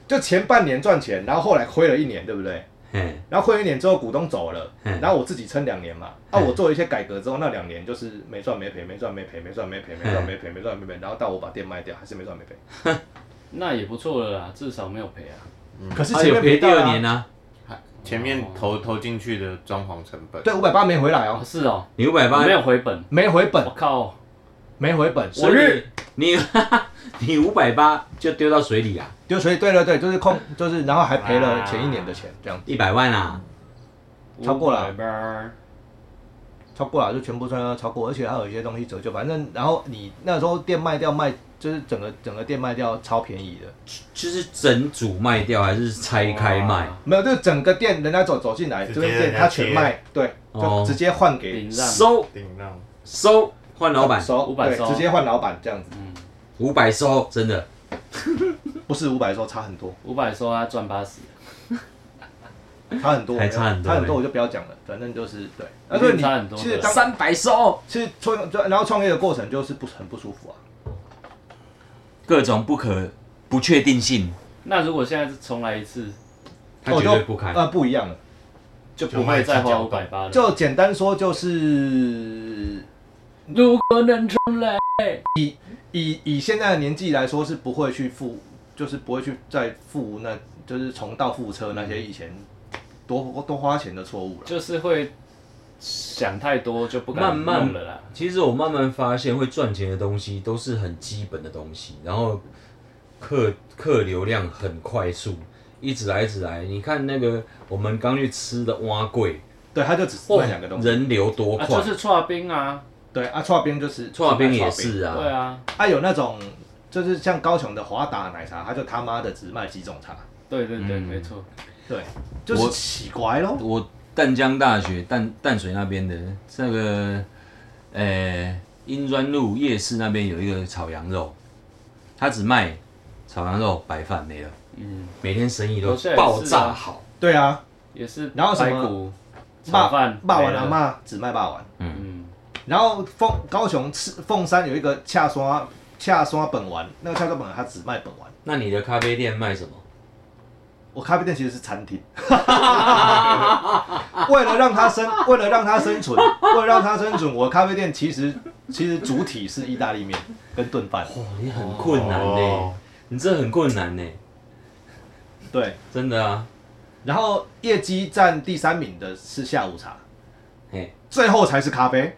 Speaker 2: 就前半年赚钱，然后后来亏了一年，对不对？
Speaker 1: 嘿，
Speaker 2: 然后混一年之后，股东走了，
Speaker 1: 嗯
Speaker 2: 然后我自己撑两年嘛。啊，
Speaker 1: 嗯
Speaker 2: 我做了一些改革之后，那两年就是没赚没赔，没赚没赔，没赚没赔，没赚没赔，没赚没赔。然后到我把店卖掉，还是没赚没赔。
Speaker 3: 那也不错了啦，至少没有赔啊。
Speaker 2: 可是
Speaker 1: 他
Speaker 2: 前
Speaker 1: 有
Speaker 2: 面
Speaker 1: 赔第
Speaker 2: 到
Speaker 1: 二
Speaker 2: 啊
Speaker 1: 年，啊，
Speaker 4: 前面投投进去的装潢成本。
Speaker 2: 对，五百八没回来
Speaker 3: 哦，
Speaker 2: 哦，
Speaker 3: 是哦，
Speaker 1: 你五百
Speaker 3: 我
Speaker 1: 八
Speaker 3: 没，有回本，
Speaker 2: 没回本
Speaker 3: 我，靠，
Speaker 2: 没回本，
Speaker 3: 我日
Speaker 1: 你 你五百八就丢到水里啊，
Speaker 2: 就所以对对对，就是空，就是然后还赔了前一年的钱，这样
Speaker 1: 一百万啊，
Speaker 2: 超过了
Speaker 3: 580
Speaker 2: 超过了就全部算要超过，而且还有一些东西折旧，反正然后你那时候店卖掉卖，就是整个整个店卖掉超便宜的，
Speaker 1: 就是整组卖掉还是拆开卖？
Speaker 2: 没有，就是整个店人家走走进来
Speaker 4: 直
Speaker 2: 这
Speaker 4: 接
Speaker 2: 个店
Speaker 4: 人家
Speaker 2: 他全
Speaker 4: 贴
Speaker 2: 卖，对，
Speaker 1: 哦
Speaker 2: 就直接换给
Speaker 3: 顶让，
Speaker 1: 收
Speaker 4: 顶浪
Speaker 1: 收换老板，
Speaker 2: 收
Speaker 3: 500
Speaker 2: 对
Speaker 3: 收
Speaker 2: 直接换老板这样子，
Speaker 3: 嗯，
Speaker 1: 五百收，真的
Speaker 2: 不是五百收差很多，
Speaker 3: 五百收他赚八十，
Speaker 2: 差很多，
Speaker 1: 还差很多
Speaker 2: 差很多我就不要讲了，反正就是对，啊对，你
Speaker 3: 差很多
Speaker 2: 其实
Speaker 3: 对
Speaker 2: 当
Speaker 1: 三百收，
Speaker 2: 其实创然后创业的过程就是不很不舒服啊，
Speaker 1: 各种不可不确定性，
Speaker 3: 那如果现在是重来一次，
Speaker 1: 他绝对不开。嗯
Speaker 2: 呃不一样了。
Speaker 3: 就不会再花五百八了。
Speaker 2: 就简单说，就是
Speaker 3: 如果能重来，
Speaker 2: 以以现在的年纪来说，是不会去付，就是不会去再付那，就是重蹈覆辙那些以前多多花钱的错误了。
Speaker 3: 就是会想太多，就不敢
Speaker 1: 慢慢
Speaker 3: 弄了啦。
Speaker 1: 其实我慢慢发现，会赚钱的东西都是很基本的东西，然后客客流量很快速，一直来一直来。你看那个我们刚去吃的蛙贵，
Speaker 2: 对，他就只是
Speaker 1: 哇
Speaker 2: 那两个东西。
Speaker 1: 人流多
Speaker 3: 啊，
Speaker 1: 快，
Speaker 3: 就是搓冰啊，
Speaker 2: 对，啊，串边就是
Speaker 1: 错边也
Speaker 2: 串
Speaker 1: 是
Speaker 3: 对
Speaker 1: 啊，
Speaker 3: 啊，
Speaker 2: 冰，啊有那种就是像高雄的华达奶茶，他就他妈的只卖几种茶，
Speaker 3: 对对对，
Speaker 1: 嗯
Speaker 3: 没错。
Speaker 2: 对，就
Speaker 1: 我
Speaker 2: 是奇怪咯。
Speaker 1: 我淡江大学淡淡水那边的那个，呃、英专路夜市那边有一个炒羊肉，他只卖炒羊肉白饭没了，
Speaker 3: 嗯，
Speaker 1: 每天生意都
Speaker 3: 楼下也是啊
Speaker 1: 爆炸好，
Speaker 2: 对啊，
Speaker 3: 也是。
Speaker 2: 然后什
Speaker 3: 排
Speaker 2: 么
Speaker 3: 骨
Speaker 2: 霸
Speaker 3: 炒饭、啊
Speaker 2: 霸
Speaker 3: 没
Speaker 2: 王
Speaker 3: 了
Speaker 2: 阿，妈啊只卖霸王。
Speaker 3: 嗯，
Speaker 2: 然后凤高雄赤凤山有一个恰刷恰刷本丸，那个恰刷本丸它只卖本丸。
Speaker 1: 那你的咖啡店卖什么？
Speaker 2: 我咖啡店其实是餐 厅，为了让它生，为了让它生存，为了让它生存，我咖啡店其实其实主体是意大利面跟炖饭。
Speaker 1: 哦，你很困难呢、
Speaker 4: 哦
Speaker 1: 你这很困难呢、
Speaker 2: 对，
Speaker 1: 真的啊，
Speaker 2: 然后业绩占第三名的是下午茶，
Speaker 1: 嘿，
Speaker 2: 最后才是咖 啡。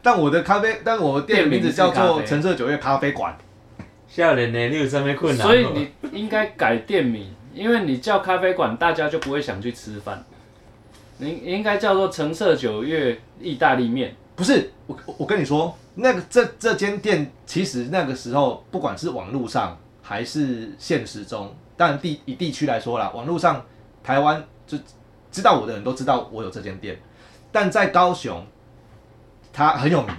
Speaker 2: 但我的咖啡，但我的店的名字叫
Speaker 3: 店名是咖
Speaker 2: 做
Speaker 3: 啡
Speaker 2: 橙色九月咖啡馆。
Speaker 1: 笑人呢，你有这么困难？
Speaker 3: 所以你应该改店名，因为你叫咖啡馆，大家就不会想去吃饭。你你应该叫做橙色九月意大利面，
Speaker 2: 不是我，我我跟你说，那个这这间店其实那个时候，不管是网络上还是现实中，当然地以地区来说啦，网络上台湾就知道我的人都知道我有这间店，但在高雄，它很有名，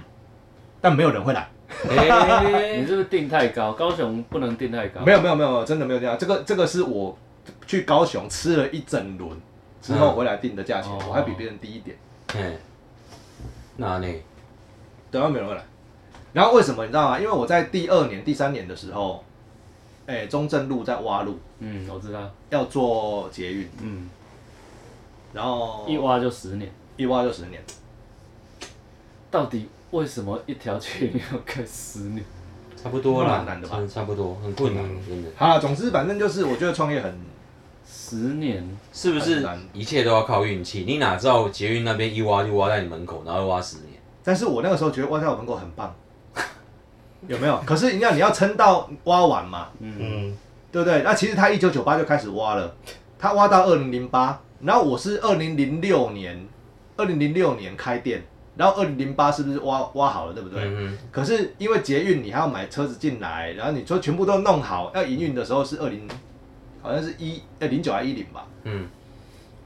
Speaker 2: 但没有人会来。
Speaker 1: 哎
Speaker 3: 你是不是定太高？高雄不能定太高。
Speaker 2: 没有没有没有，真的没有这样。这个这个是我去高雄吃了一整轮之后
Speaker 1: 嗯
Speaker 2: 回来定的价钱，
Speaker 3: 哦
Speaker 2: 我还比别人低一点，
Speaker 1: 嘿，那呢？
Speaker 2: 对啊，没有人会来。然后为什么你知道吗？因为我在第二年、第三年的时候，哎、中正路在挖路，
Speaker 3: 嗯，我知道。
Speaker 2: 要做捷运，
Speaker 3: 嗯，
Speaker 2: 然
Speaker 1: 哦
Speaker 2: 后
Speaker 3: 一挖就十年。
Speaker 2: 一挖就十年，
Speaker 3: 到底为什么一条街里面要盖十年？
Speaker 1: 差不多啦
Speaker 2: 蛮，难的吧
Speaker 1: 真差不多，很困难，真的。
Speaker 2: 好啦，总之反正就是我觉得创业很
Speaker 3: 十年，
Speaker 1: 是不
Speaker 2: 很
Speaker 1: 是
Speaker 2: 难
Speaker 1: 一切都要靠运气？你哪知道捷运那边一挖就挖在你门口，然后挖十年？
Speaker 2: 但是我那个时候觉得挖掉门口很棒，有没有？可是你要你要撑到挖完嘛，
Speaker 3: 嗯，
Speaker 4: 嗯，
Speaker 2: 对不对？那其实他一九九八就开始挖了，他挖到二零零八，然后我是二零零六年，二零零六年开店，然后二零零八是不是挖挖好了，对不对？
Speaker 1: 嗯
Speaker 2: 可是因为捷运你还要买车子进来，然后你说全部都弄好，要营运的时候是二零，好像是一呃零九还一零吧，
Speaker 1: 嗯，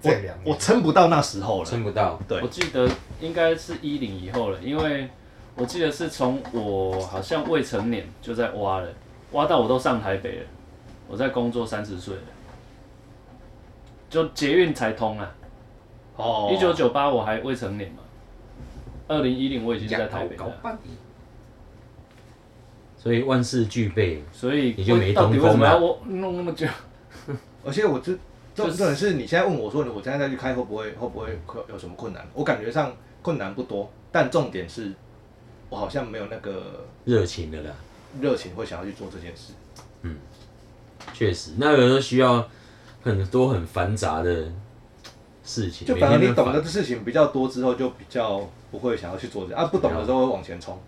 Speaker 2: 我
Speaker 4: 这两年
Speaker 2: 我撑不到那时候了。
Speaker 1: 撑不到。
Speaker 2: 对
Speaker 3: 我记得应该是一零以后了，因为我记得是从我好像未成年就在挖了，挖到我都上台北了，我在工作三十岁了，就捷运才通啊。
Speaker 2: 哦
Speaker 3: 一九九八我还未成年嘛，二零一零我已经在台北了，
Speaker 1: 所以万事俱备，
Speaker 3: 所以
Speaker 1: 你就没
Speaker 3: 到底
Speaker 1: 东风
Speaker 3: 为什么
Speaker 1: 了
Speaker 3: 要我弄那么久？
Speaker 2: 而且我就重
Speaker 3: 就是
Speaker 2: 重点是你现在问我说，我现在再去开会不会会不会会有什么困难？我感觉上困难不多，但重点是我好像没有那个
Speaker 1: 热情的啦，
Speaker 2: 热情会想要去做这件事。
Speaker 1: 确实。那有时候需要，很多很繁杂的事情，
Speaker 2: 就反
Speaker 1: 每
Speaker 2: 而你
Speaker 1: 天都
Speaker 2: 懂
Speaker 1: 很
Speaker 2: 得
Speaker 1: 烦
Speaker 2: 的事情比较多之后，就比较不会想要去做这啊，不懂的时候会往前冲，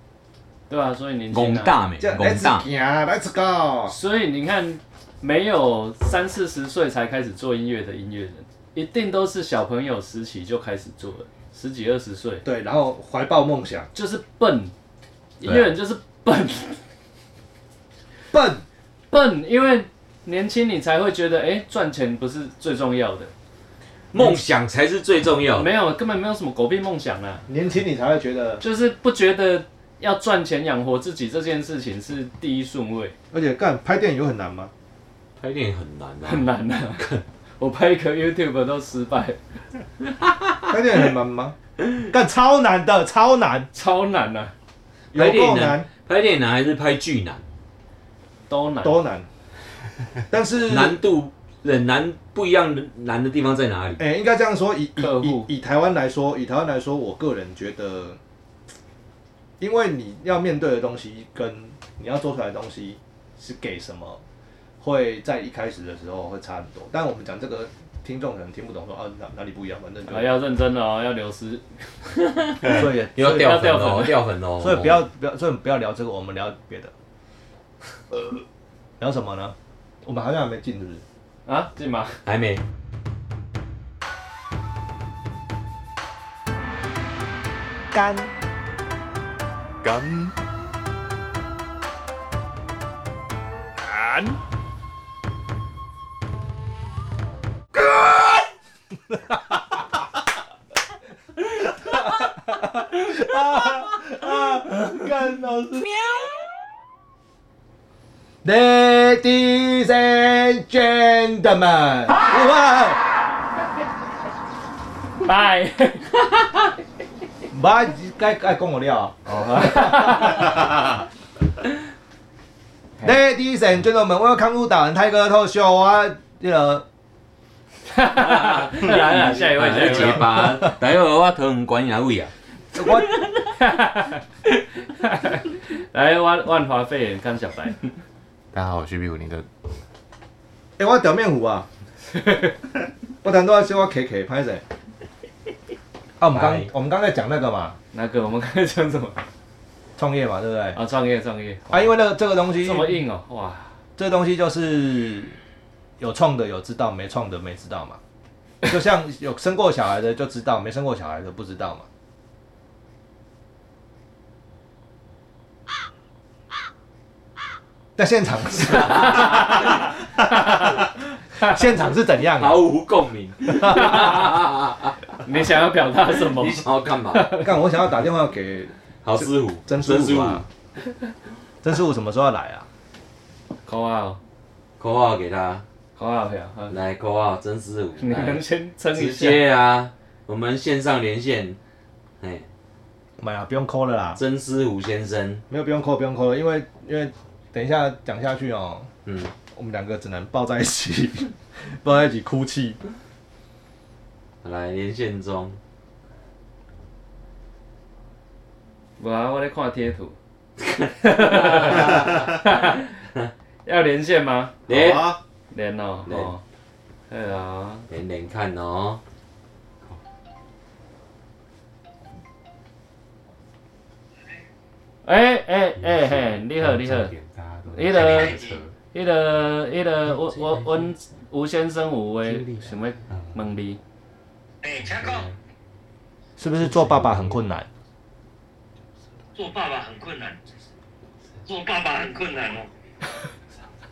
Speaker 3: 对吧、所以年
Speaker 1: 拱
Speaker 3: 轻啊，
Speaker 1: 大美，
Speaker 2: 这样哎
Speaker 1: 拱
Speaker 2: Let's
Speaker 1: 大，
Speaker 2: go Let's go，
Speaker 3: 所以你看，没有三四十岁才开始做音乐的音乐人，一定都是小朋友时期就开始做了，十几二十岁
Speaker 2: 对，然后怀抱梦想，
Speaker 3: 就是笨，音
Speaker 1: 对啊
Speaker 3: 乐人就是笨
Speaker 2: 笨，
Speaker 3: 笨，因为年轻你才会觉得，哎、赚钱不是最重要的，
Speaker 1: 梦想才是最重要的。
Speaker 3: 没有根本没有什么狗屁梦想啊，
Speaker 2: 年轻你才会觉得，
Speaker 3: 就是不觉得要赚钱养活自己这件事情是第一顺位，
Speaker 2: 而且干拍电影有很难吗？
Speaker 1: 拍电影很难啊，
Speaker 3: 很 难啊。我拍一个 YouTube 都失败，
Speaker 2: 拍电影很 难吗？干超难的，超难，
Speaker 3: 超难啊，
Speaker 2: 有
Speaker 1: 拍电影
Speaker 2: 够
Speaker 1: 呢
Speaker 2: 难，
Speaker 1: 拍电影难还是拍剧难？
Speaker 3: 都难。
Speaker 2: 都难，但是
Speaker 1: 难度很难不一样的难的地方在哪里？
Speaker 2: 哎、应该这样说，以以
Speaker 3: 客户
Speaker 2: 以以台湾来说，以台湾来说，我个人觉得，因为你要面对的东西跟你要做出来的东西是给什么，会在一开始的时候会差很多。但我们讲这个，听众可能听不懂说啊哪哪里不一样，反正就
Speaker 3: 啊，要认真了哦，要流失。
Speaker 2: 所 以
Speaker 1: 要掉粉
Speaker 3: 要掉
Speaker 1: 哦，
Speaker 3: 粉
Speaker 1: 掉粉哦，
Speaker 2: 所以不要不要，所以不要聊这个，我们聊别的。聊什么呢？我们好像还没进，是不是？
Speaker 3: 啊，进吗？
Speaker 1: 还没。
Speaker 2: 干
Speaker 4: 干
Speaker 2: 干干！干老师。Ladies and gentlemen，哇，
Speaker 3: 拜。
Speaker 2: 妈，该该讲我了。Ladies and gentlemen，welcome to 打人泰哥透秀啊！那个
Speaker 3: 来 了，哎下一位，
Speaker 1: 啊
Speaker 3: 下一
Speaker 1: 结
Speaker 3: 位。
Speaker 1: 巴，待会我头很管你哪位啊？
Speaker 2: 我
Speaker 3: 来，万万华肺炎看小白。
Speaker 4: 大家好，我是比武林的。
Speaker 2: 哎、我表面糊啊！我等多少我 K K 拍谁？啊，我们刚
Speaker 1: 拜
Speaker 2: 我们刚才讲那个嘛，
Speaker 3: 那个，我们刚才讲什么？
Speaker 2: 创业嘛，对不对？
Speaker 3: 啊，创业，创业。
Speaker 1: 哎
Speaker 2: 啊，因为那个这个东西
Speaker 3: 这，么硬哦，哇！
Speaker 2: 这个东西就是有创的有知道，没创的没知道嘛。就像有生过小孩的就知道，没生过小孩的不知道嘛。在现场是，啊现场是怎样啊？
Speaker 1: 毫无共鸣，
Speaker 3: 你想要表达什 么
Speaker 1: 你？想要干嘛？
Speaker 2: 干，我想要打电话给
Speaker 1: 好师傅，
Speaker 2: 曾师
Speaker 1: 真
Speaker 2: 傅啊，曾师傅什么时候要来啊？
Speaker 3: 口号，
Speaker 1: 扣号给他，
Speaker 3: 口号票。
Speaker 2: 嗯
Speaker 3: 啊
Speaker 1: 来扣号，曾师傅，
Speaker 3: 你们
Speaker 1: 来
Speaker 3: 先撑一
Speaker 1: 哎直
Speaker 3: 下。
Speaker 1: 接啊，我们线上连线，哎，
Speaker 2: 没有，不用抠了啦，
Speaker 1: 曾师傅先生，
Speaker 2: 没有不用抠，不用抠了，因为因为等一下讲下去哦，
Speaker 1: 嗯，
Speaker 2: 我们两个只能抱在一 起，抱在一起哭泣。
Speaker 1: 来连线中，
Speaker 3: 无啊，我在看贴 图。要连线吗？
Speaker 1: 连
Speaker 4: 好啊，
Speaker 3: 连哦，
Speaker 1: 连
Speaker 3: 哦，对啊，
Speaker 1: 连连看哦，
Speaker 3: 哎哎哎嘿，你好你好，你的迄个迄个，我我阮吴先生有话想要问你，
Speaker 5: 哎，请讲，
Speaker 2: 是不是做爸爸很困难？
Speaker 5: 做爸爸很困难，做爸爸很困难哦。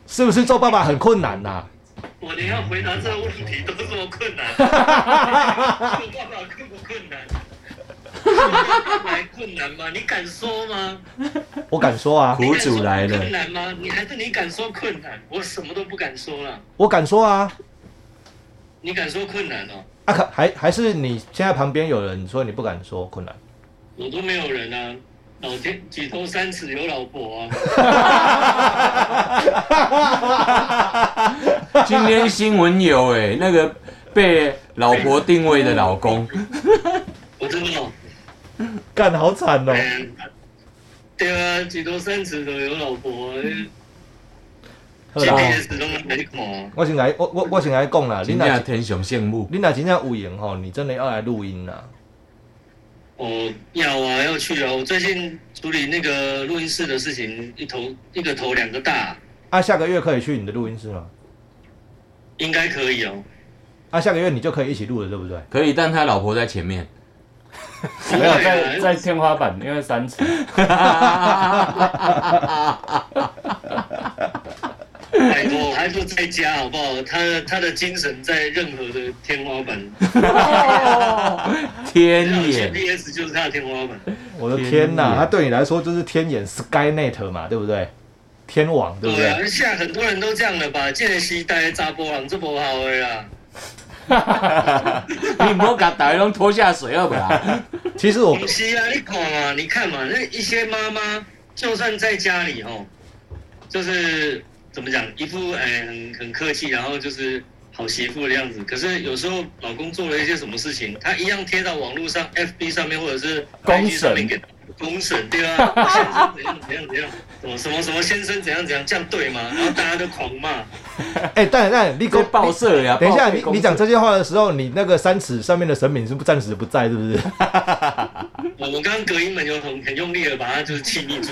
Speaker 2: 是不是做爸爸很困难啊呐、
Speaker 5: 我连要回答这个问题都这么困难，做爸爸困不困难？还困难吗？你敢说吗？
Speaker 2: 我敢说啊，
Speaker 1: 苦主来
Speaker 5: 你敢说困
Speaker 1: 了，
Speaker 5: 难吗？你还是你敢说困难？我什么都不敢说了。
Speaker 2: 我敢说啊。
Speaker 5: 你敢说困难哦？
Speaker 2: 啊，可还还是你现在旁边有人说你不敢说困难，
Speaker 5: 我都没有人啊，老天举头三尺有老婆啊。
Speaker 1: 今天新闻有哎，那个被老婆定位的老公，
Speaker 5: 我真的、哦，
Speaker 2: 干好惨哦
Speaker 5: 嗯，对啊，举头三尺都有老婆，
Speaker 2: 好
Speaker 5: 今
Speaker 2: 啦，
Speaker 5: 天始终没看。
Speaker 2: 我先来，我我我先来讲啦，你
Speaker 1: 真
Speaker 2: 若
Speaker 1: 正天上羡慕，
Speaker 2: 你若真正有闲吼，你真的要来录音啊啦。
Speaker 5: 我要啊，要去啊！我最近处理那个录音室的事情，一头一个头两个大，
Speaker 2: 啊，下个月可以去你的录音室吗？
Speaker 5: 应该可以哦。
Speaker 2: 啊，下个月你就可以一起录了，对不对？
Speaker 1: 可以，但他老婆在前面。
Speaker 3: 没有
Speaker 5: 啊
Speaker 3: 在在天花板，因为三 尺。
Speaker 5: 拜托，我还不在家好不好？他的他的精神在任何的天花板，
Speaker 1: 天眼，
Speaker 5: GPS 就是他的天花板。
Speaker 2: 我的
Speaker 1: 天
Speaker 2: 天
Speaker 1: 哪
Speaker 2: 呐，他对你来说就是天眼 SkyNet 嘛，对不对？天网，对不
Speaker 5: 啊
Speaker 2: 对？，
Speaker 5: 现在很多人都这样了吧？见西带查波浪这么好啊的啦，
Speaker 1: 你莫把大家拢拖下水好不 啦？
Speaker 2: 其实我
Speaker 5: 不是啊，你看嘛，你看嘛，那一些妈妈就算在家里哦，就是怎么讲，一副哎、很很客气，然后就是好媳妇的样子。可是有时候老公做了一些什么事情，她一样贴到网络上、FB 上面或者是
Speaker 3: 公
Speaker 5: IG 上
Speaker 3: 审
Speaker 5: 面给公审，对啊，先生怎样怎样怎样，什么什么什么先生怎样怎样，这样对吗？然后大家都狂骂。
Speaker 2: 哎，但但
Speaker 1: 你
Speaker 2: 你
Speaker 1: 给
Speaker 2: 给
Speaker 1: 我报社呀！
Speaker 2: 等一下，
Speaker 1: 报备
Speaker 2: 你
Speaker 1: 公司
Speaker 2: 你讲这些话的时候，你那个三尺上面的神明是不暂时不在，是不是？
Speaker 5: 我我刚刚隔音门有很很用力的把它就是气密住。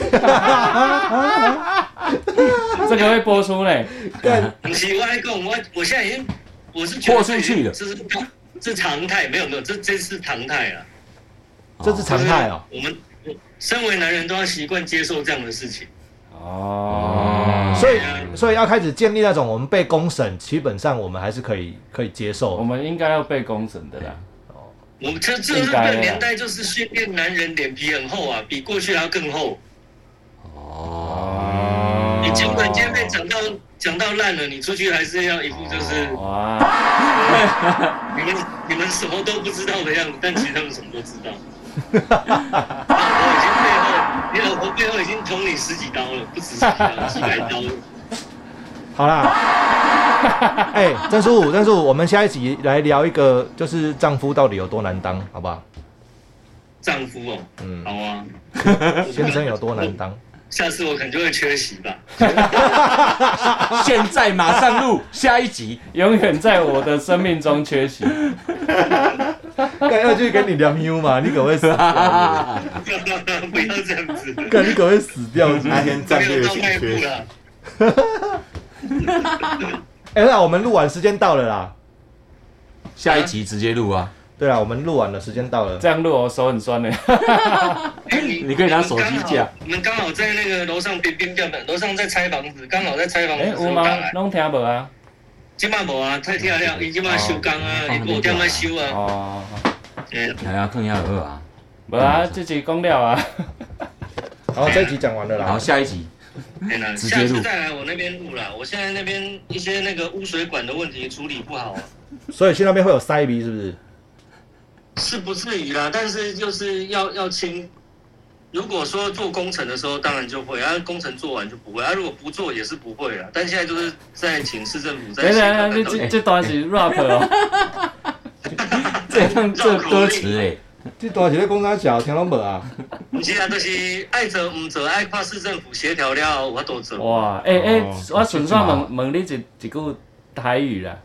Speaker 3: 这个会播出嘞，
Speaker 5: 不是，我还跟我我现在已经我是觉得
Speaker 1: 豁出去了
Speaker 5: 这是这是常态，没有没有，这这是常态啊，
Speaker 2: 这是常态哦。
Speaker 5: 就是我们身为男人都要习惯接受这样的事情。
Speaker 3: 哦，
Speaker 2: 所以
Speaker 5: 嗯
Speaker 2: 所以要开始建立那种我们被公审，基本上我们还是可以可以接
Speaker 3: 哦我
Speaker 2: 受。
Speaker 3: 们应该要被公审的啦。
Speaker 5: 我们这这
Speaker 3: 应
Speaker 5: 这
Speaker 3: 该
Speaker 5: 个
Speaker 3: 的
Speaker 5: 年代就是训练男人脸皮很厚啊，比过去还要更厚。
Speaker 3: 哦
Speaker 5: 你尽管今天被讲到讲到烂了，你出去还是要一副就是
Speaker 3: 哇，
Speaker 5: 你们你们什么都不知道的样子，但其实他们什么都知 道。我已经背后，你老婆背后已经捅你十几刀了，不止十几刀，几百刀了。
Speaker 2: 好啦，哎，郑叔，郑叔，我们下一集来聊一个，就是丈夫到底有多难当，好不好？
Speaker 5: 丈夫哦，
Speaker 2: 嗯
Speaker 5: 好啊，
Speaker 2: 先生有多难当？
Speaker 5: 下次我可能就会缺席吧。
Speaker 1: 现在马上录下一 集，
Speaker 3: 永远在我的生命中缺席。
Speaker 2: 干要去跟你聊 U 嘛？你可会死掉？
Speaker 5: 不要这样子，
Speaker 2: 干你可会死掉？是不是
Speaker 4: 那天战
Speaker 5: 没
Speaker 4: 略
Speaker 5: 有到
Speaker 4: 性
Speaker 5: 那一
Speaker 4: 缺
Speaker 5: 步
Speaker 4: 席，
Speaker 5: 了。
Speaker 2: 哎、那我们录完时间到了啦。
Speaker 1: 下一集直接录啊！
Speaker 2: 对啦，我们录完了，时间到了。
Speaker 3: 这样录我手很酸呢。
Speaker 5: 哎你
Speaker 1: 你可以拿手机架
Speaker 5: 你们刚好，你们刚好在那个楼上冰冰掉本，楼上在拆房子，刚好在拆房子
Speaker 3: 哎，
Speaker 5: 的时
Speaker 3: 有
Speaker 5: 候
Speaker 3: 吗
Speaker 5: 打来？。
Speaker 3: 拢听无啊？
Speaker 5: 今嘛无啊，太漂亮，伊今嘛收工啊，伊五点啊收啊。
Speaker 3: 哦，
Speaker 5: 哎
Speaker 1: 哎呀，更要有啊！
Speaker 3: 无啊，自己讲了啊。
Speaker 2: 好，这一集讲完了
Speaker 1: 然后
Speaker 2: 啦。
Speaker 1: 下一集
Speaker 5: 天哪，
Speaker 1: 直接
Speaker 5: 哎下
Speaker 1: 录
Speaker 5: 次再来我那边录啦。我现在那边一些那个污水管的问题处理不好啊，
Speaker 2: 所以去那边会有塞鼻，是不是？
Speaker 5: 是不至于啦，但是就是要要清。如果说做工程的时候，当然就会啊，工程做完就不会啊，如果不做也是不会啦。但现在就是在请市政府在
Speaker 3: 等一
Speaker 5: 协
Speaker 3: 下等一下，
Speaker 5: 调到底
Speaker 3: 这这段是 rap 哦。
Speaker 1: 这样这歌词哎，
Speaker 2: 这多少钱的公差小，听拢无啊？
Speaker 5: 不是啊，就是爱做唔做，爱跨市政府协调了，我都做。
Speaker 3: 哇，哎哎
Speaker 4: 哦，
Speaker 3: 我顺便问问你一一句台语啦。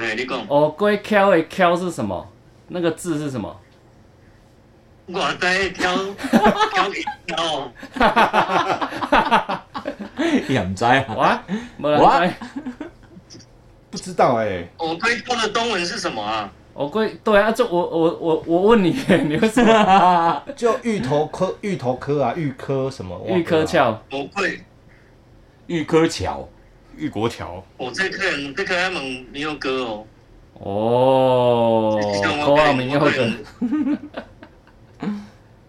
Speaker 5: 哎，你讲，
Speaker 3: 哦，龟 Q 的 Q 是什么？那个字是什么？
Speaker 5: 我在挑 挑一挑，
Speaker 1: 也唔知啊，
Speaker 3: 哇，无人知。
Speaker 2: 不知道哎、
Speaker 5: 我龟挑的中文是什么啊？
Speaker 3: 我龟对啊，这我我我我问你，你为什么
Speaker 2: 就芋头科、芋头科啊，芋科什么？忘了啊
Speaker 3: 玉科。翘？
Speaker 5: 我会，
Speaker 1: 玉科桥
Speaker 4: 玉国桥，
Speaker 5: 我这个人这个他们没有歌哦。
Speaker 3: 哦，高傲明又的，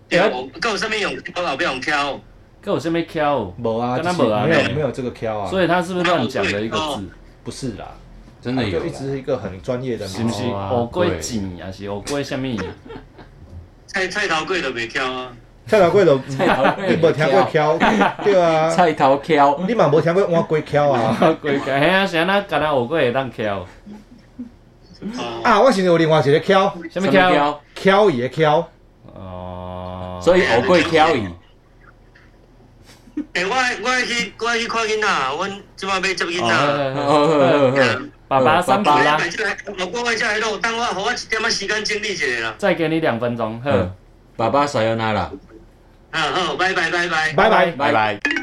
Speaker 5: 对啊，我跟我身边有挑，老不用挑。
Speaker 3: 跟我这边 Q，
Speaker 2: 无啊，
Speaker 3: 跟他
Speaker 2: 就是
Speaker 3: 没啊
Speaker 2: 没
Speaker 5: 没
Speaker 2: 有
Speaker 5: 有
Speaker 2: 没有这个挑啊，
Speaker 3: 所以他是不是乱讲了一个字？
Speaker 2: 不是啦，
Speaker 1: 真
Speaker 2: 它
Speaker 1: 的有
Speaker 2: 啊就一直
Speaker 1: 啦，
Speaker 2: 是一个很专业的名字，
Speaker 3: 啊是不是？
Speaker 1: 哦啊
Speaker 3: 我龟
Speaker 1: 对
Speaker 3: 井还是我龟什么？
Speaker 5: 菜菜头粿都袂挑啊，
Speaker 2: 菜头粿 都
Speaker 1: 头粿
Speaker 2: 你无听过挑，对啊，
Speaker 1: 菜头敲
Speaker 2: 你嘛无听过碗粿挑啊？
Speaker 3: 龟个，嘿啊，谁那敢那我龟会当 Q？
Speaker 5: 哦，
Speaker 2: 啊，我想到有另外一个挑，
Speaker 3: 什么 Q？
Speaker 1: 敲？
Speaker 2: 挑伊的挑，
Speaker 3: 哦，
Speaker 1: 所以我会敲伊，
Speaker 5: 诶、我我会去我会去看囡仔，阮即摆要接囡仔。
Speaker 3: 哦，爸爸三把啦，
Speaker 5: 我过外家迄路，等我，互我一点仔时间整理一下啦。
Speaker 3: 再给你嗯两分钟，呵。
Speaker 1: 爸爸撒由那啦，
Speaker 5: 啊，好，拜拜，拜拜。
Speaker 2: 拜拜。
Speaker 1: 拜拜。